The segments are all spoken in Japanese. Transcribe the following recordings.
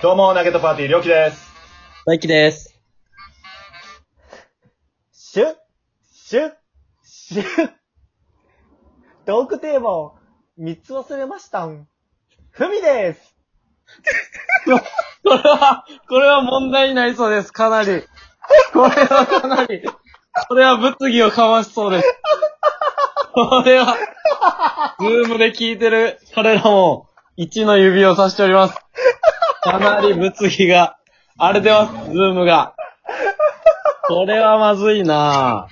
どうも、ナゲットパーティー、りょうきです。大輝です。シュッ、シュッ、シュッ。トークテーマを3つ忘れましたん。ふみです。これは、 これは問題になりそうです。かなり。これはかなり。これは物議をかわしそうです。これは、ズームで聞いてる彼らも、1の指を指しております。かなり物議が荒れてます、ズームが。これはまずい な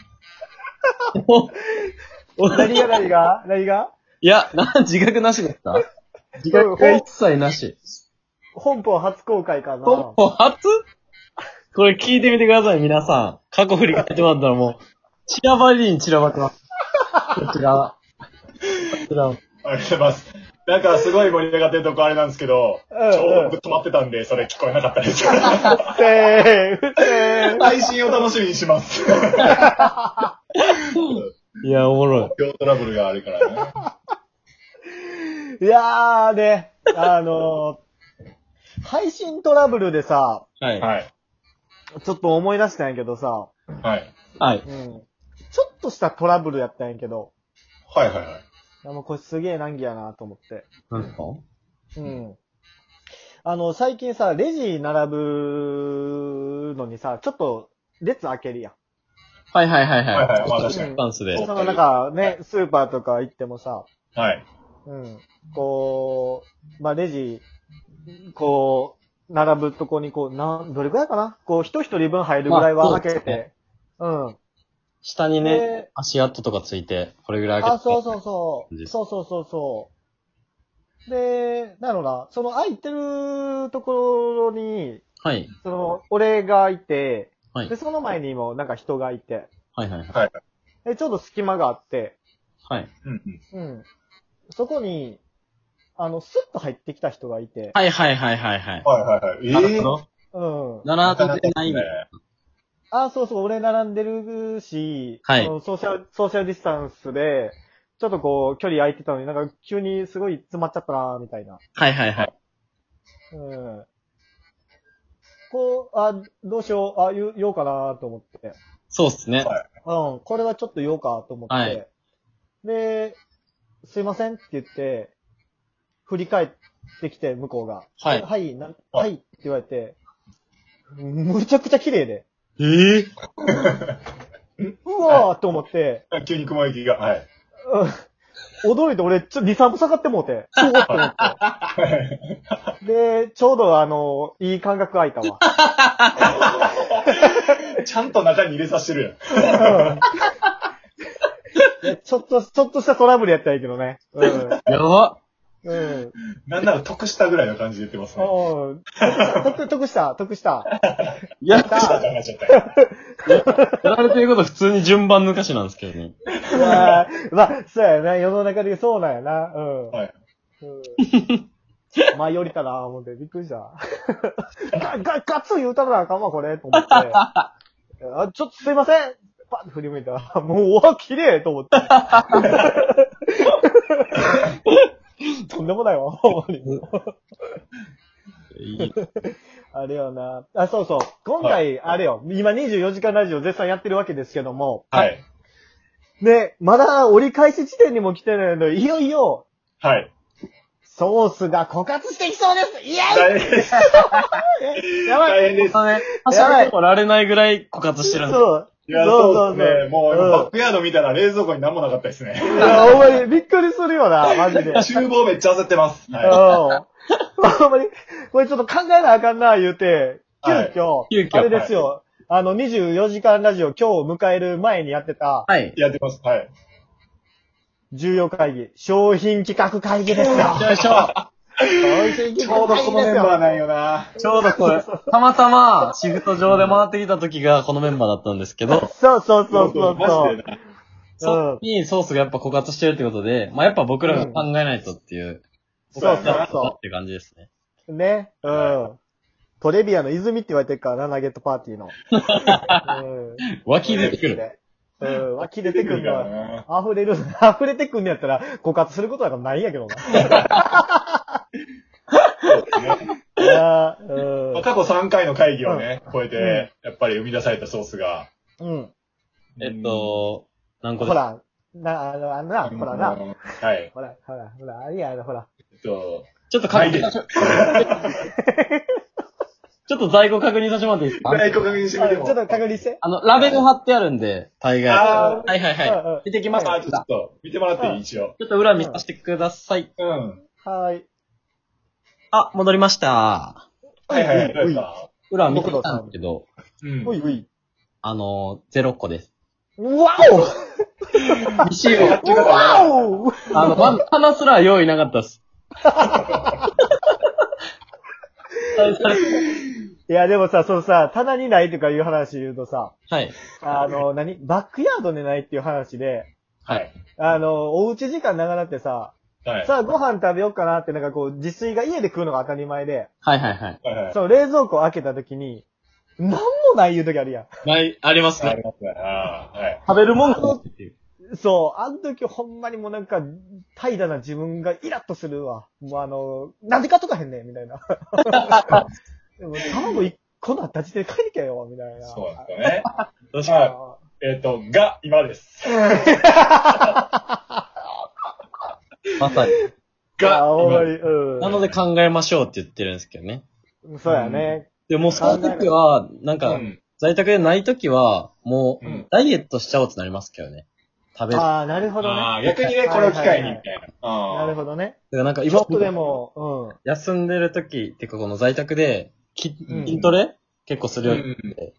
ぁ。おお何が何が何がいや、な、自覚なしだった自覚が一切なし。本邦初公開かな本邦初これ聞いてみてください、皆さん。過去振り返ってもらったらもう、散らばりに散らばってます。こちら。こちら。ありがとうございます。なんか、すごい盛り上がってるとこあれなんですけど、うんうんちょうど僕止まってたんで、それ聞こえなかったです。せーせー配信を楽しみにします。いや、おもろい。今日トラブルがあるからね。いやーね、あのー、配信トラブルでさ、はい。はい。はい。ちょっと思い出したんやけどさ、はい。はい。うん。ちょっとしたトラブルやったんやけど、はいはいはい。いやもうこれすげえ難儀やなと思って。なんすかうん。あの、最近さ、レジ並ぶのにさ、ちょっと列開けるやん。はいはいはいはいはいまあはい。に確かスタンスで。そうそのなんかね、スーパーとか行ってもさ、はい。うん。こう、まあ、レジ、こう、並ぶとこにこう、なん、どれぐらいかなこう、人一人分入るぐらいまはあ開けて。うん。下にねで、足跡とかついて、これぐらい開あ、けて。そうそうそう。そうそうそうそう。で、なのな、その空いてるところに、はい。その、俺がいて、はいで、その前にもなんか人がいて、はいはいはい。はい。で、ちょうど隙間があって、はい。うんううん。ん。そこに、あの、スッと入ってきた人がいて、はいはいはいはいはい。はいはいなはい。るえほーうど。ん。並んでない。あ、そうそう、俺並んでるし、はいそのソーシャル、ソーシャルディスタンスで、ちょっとこう、距離空いてたのになんか急にすごい詰まっちゃったな、みたいな。はいはいはい。うん。こう、あ、どうしよう、あ、言う言おうかなと思って。そうっすね。はうん、これはちょっと言おうかと思って。はいで、すいませんって言って、振り返ってきて、向こうが。はいはい、なはいって言われて、むちゃくちゃ綺麗で。えぇうわーと思って、急に雲行きが。はい。うん驚いて俺、ちょ、2、3歩下がってもう て。うわって思って。で、ちょうどあの、いい感覚空いた わ。ちゃんと中に入れさせてるいやちょっと、ちょっとしたトラブルやったらいいけどね。うん。やばうん。やん。なんなら得したぐらいの感じで言ってますね。うん。得、得した、得した。 いや、得したってなっちゃった。やられてること普通に順番抜かしなんですけどね。まあ、まあ、そうやな。世の中でそうなんやな。うん。はい。うん。前よりたな、思って。びっくりした。 ガ、ガ、ガッツリ言うたらなあかんわ、これ。と思って。あ、ちょっとすいません。パッと振り向いた ら、もう、うわ、綺麗と思って。 とんでもないわ、 ほんまに。いいあれよな。あ、そうそう。今回、あれよ。今24時間ラジオ絶賛やってるわけですけども。はい。ね、まだ折り返し地点にも来てないので、いよいよ、はい。ソースが枯渇してきそうですイエ大変です。イやばい大変です。そね、走られてもられないぐらい枯渇してるんです。そう。いや、そうですね。もう、バックヤード見たら冷蔵庫に何もなかったですね。うんいや、ほんまに、びっくりするよな、マジで。うん。 厨房めっちゃ焦ってます。はほんまに、これちょっと考えなあかんな、言うて、急遽、い急遽あれですよ、あの、24時間ラジオ今日を迎える前にやってた、はいい。。やってます。はい。重要会議、商品企画会議ですよ。よいしょ。商品企 ちょうどこのメンバーなんよな。ちょうどこれ、たまたまシフト上で回ってきた時がこのメンバーだったんですけど、そうそうそうそうそマジう。でな。そっちにソースがやっぱ枯渇してるってことで、まあやっぱ僕らが考えないとっていう、そうそうそっていう感じですね。う。ね。うん。トレビアの泉って言われてるからな、ナゲットパーテ ィーの。うん。湧き出てくる。うん、湧き出てくるからな。な。溢れる、溢れてくんのやったら、枯渇することなんかないんやけどな。そうですね な。まあ過去3回の会議をね、超えて、やっぱり生み出されたソースが。うん。うん。えっと、何個ほ、ですからな、あの、あのな、うん、ほらな。はい。ほら、ほら、ほら、あれや、あのほら。えっと、ちょっとは確い。認、ちょっと在庫確認させてもらっていいですか在庫確認してみあてちも。ょっと確認して。あの、ラベル貼ってあるんで、大概。はあいはいはい。は出てきましあ、た。ちちょっと、見てもらっていい一応。ょっと裏見させてください。うん。はい。あ、戻りました。はいはい、どううでいすか裏見てきたんですけど、うん。うい、うい。あの、0個です。うわ未使用。おわおあの、ま、花すら用意なかったっす。 いや、でもさ、そのさ、棚にないとかいう話言うとさ、はい。あの、何バックヤードでないっていう話で、はい。あの、おうち時間長なってさ、はい。さあご飯食べようかなってなんかこう、自炊が家で食うのが当たり前で、はいはいはい。はいはいその冷蔵庫開けた時に、なんもない言う時あるやない、ありますあね。りますね。あーはい。食べるもんかなっていう。ん。そう、あの時ほんまにもうなんか、怠惰な自分がイラッとするわ。もうあの、なぜかとかへんねん、みたいな。でも卵一個なった時点で帰りけよ、みたいな。そうなんですよね。確かにえっと、が、今です。まさに。あが、ほんま今に、うん。なので考えましょうって言ってるんですけどね。そうやね。でも、その時は、なんうか、ん。在宅でない時は、もううん、ダイエットしちゃおうってなりますけどね。食べる。だかああ、なるほどね。ああ、逆にね、これを機会に、みたいな。なあるーほどね。らなんかちょ今っ、とでも、休んでる時、ってかこの在宅で、きうん筋トレ結構するうよんうになって、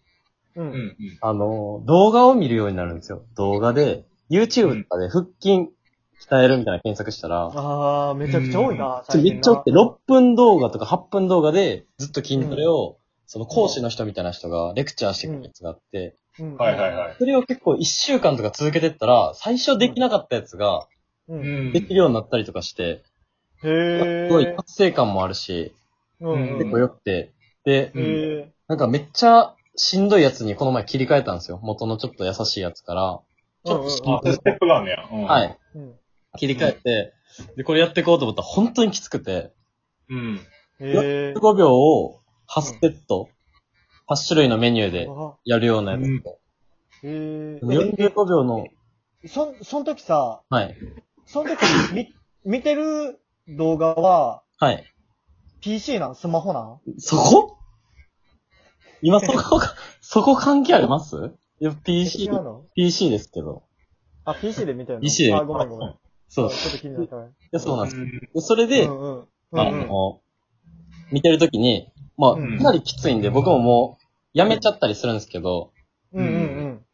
うん。うん。ううん。ん。うんあの、動画を見るようになるんですよ。動画で、YouTube とかで腹筋鍛えるみたいな検索したら、ああ、めちゃくちゃ多いな、ちょ最め近っなちゃ多くて、6分動画とか8分動画で、ずっと筋トレを、その講師の人みたいな人がレクチャーしてくるやつがあって、うんはいはいはい。それを結構1週間とか続けてったら、最初できなかったやつがう。うんん。できるようになったりとかして、へすえ。ごい達成感もあるし、うんう結ん構良くて、で、うんへえ。なんかめっちゃしんどいやつにこの前切り替えたんですよ。元のちょっと優しいやつから。ちょっとしんあど、いステップがあるのや。うんは。い。うんうん切り替えて、で、これやっていこうと思ったら本当にきつくて、うん。へえ。 15秒を8セット、8種類のメニューであやるようなやつと。へでも45秒の、え。そん、その時さ、はい。その時み、 見てる動画は、はい。 PC なんスマホなんそこ今そこか、そこ関係ありますいや、違 PC う、の PC ですけど。あ、PC で見てるの PC であ、ごめんごめん。あちそょうっ。と気になったね。いやそうなんです。うんでそれで、うんうん。うんあうんの、見てるときに、まあ、かうんなりきついんで、僕ももう、やめちゃったりするんですけど、うんうん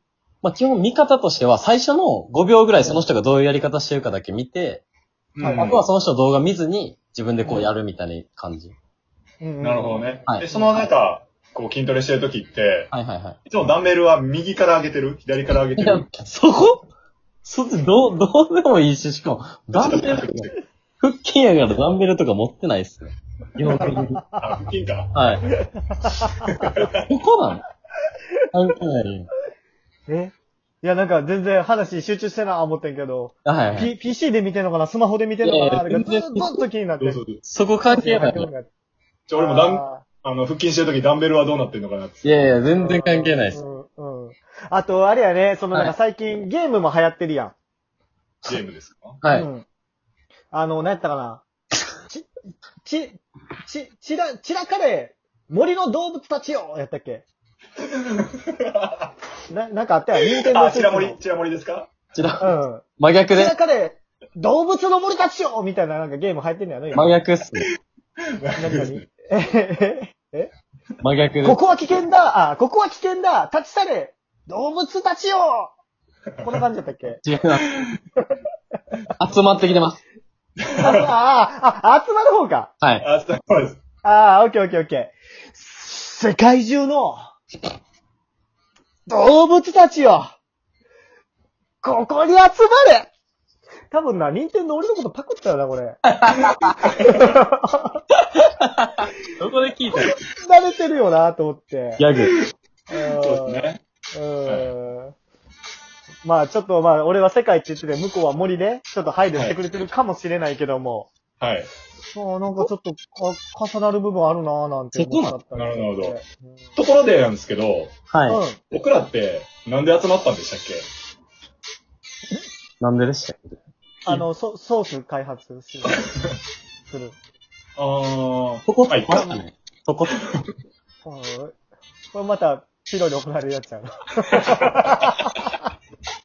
まあ、基本見方としては、最初の5秒ぐらいその人がどういうやり方してるかだけ見て、うんはいあとはその人の動画見ずに、自分でこうやるみたいな感じ。うんうん。なるほどね。はいで、そのなんか、こう筋トレしてる時って、はいはいはいつもダンベルは右から上げてる左から上げいてやる。、そこそっちどう、どうでもいいし、しかも、ダンベルとか、腹筋やからダンベルとか持ってないっすよ。基本的に。あ、腹筋か。はい。ここなの関係ない。えいや、なんか全然話集中してな、思ってんけど、あはいはい。 P、PC で見てんのかなスマホで見てんのかなあいれやがいやずーっと気になって。どうぞどうぞ。そこ関係ない。じゃあ俺もダン、あの、腹筋してる時ダンベルはどうなってるのかなって。いやいや、全然関係ないでっすす。。うんうん。あと、あれやね、そのなんはかい最近、ゲームも流行ってるやん。ゲームですかはい。うはいん。あの、何やったかなち、ち、ち、ちら、ちらかれ、森の動物たちよやったっ けな、なんかあったやん。任天堂あ、スイッちチらのもり、ちらもりですかちら、うん。真逆ちでら、かれ、動物の森たちよみたいななんかゲーム流行ってんのやね。今真逆っすね。何 々え真逆でここは危険だあ、ここは危険だ立ち去れ動物たちよこんな感じだったっ けす。違います。集まってきてます。ああ、あ、集まる方かはい。 あ、そうです。ああ、オッケーオッケーオッケー。世界中の動物たちよここに集まれ多分な、任天堂俺のことパクったよな、これ。どこで聞いた慣れてるよな、と思って。ギャグ。そうですね。うーんまあちょっとまあ俺は世界って言ってて、向こうは森で、ちょっと配慮してくれてるかもしれないけども、はい。ああ、なんかちょっとか重なる部分あるなぁなんて思っちゃったりしてそこなのなるほどうんところでなんですけど、はうい。ん。僕らって、なんで集まったんでしたっけなんででしたっけあの、ソソース開発す る。する。あー。そこはいそこじゃないそこ、うんこれまた、ピロリ怒られるやつやな。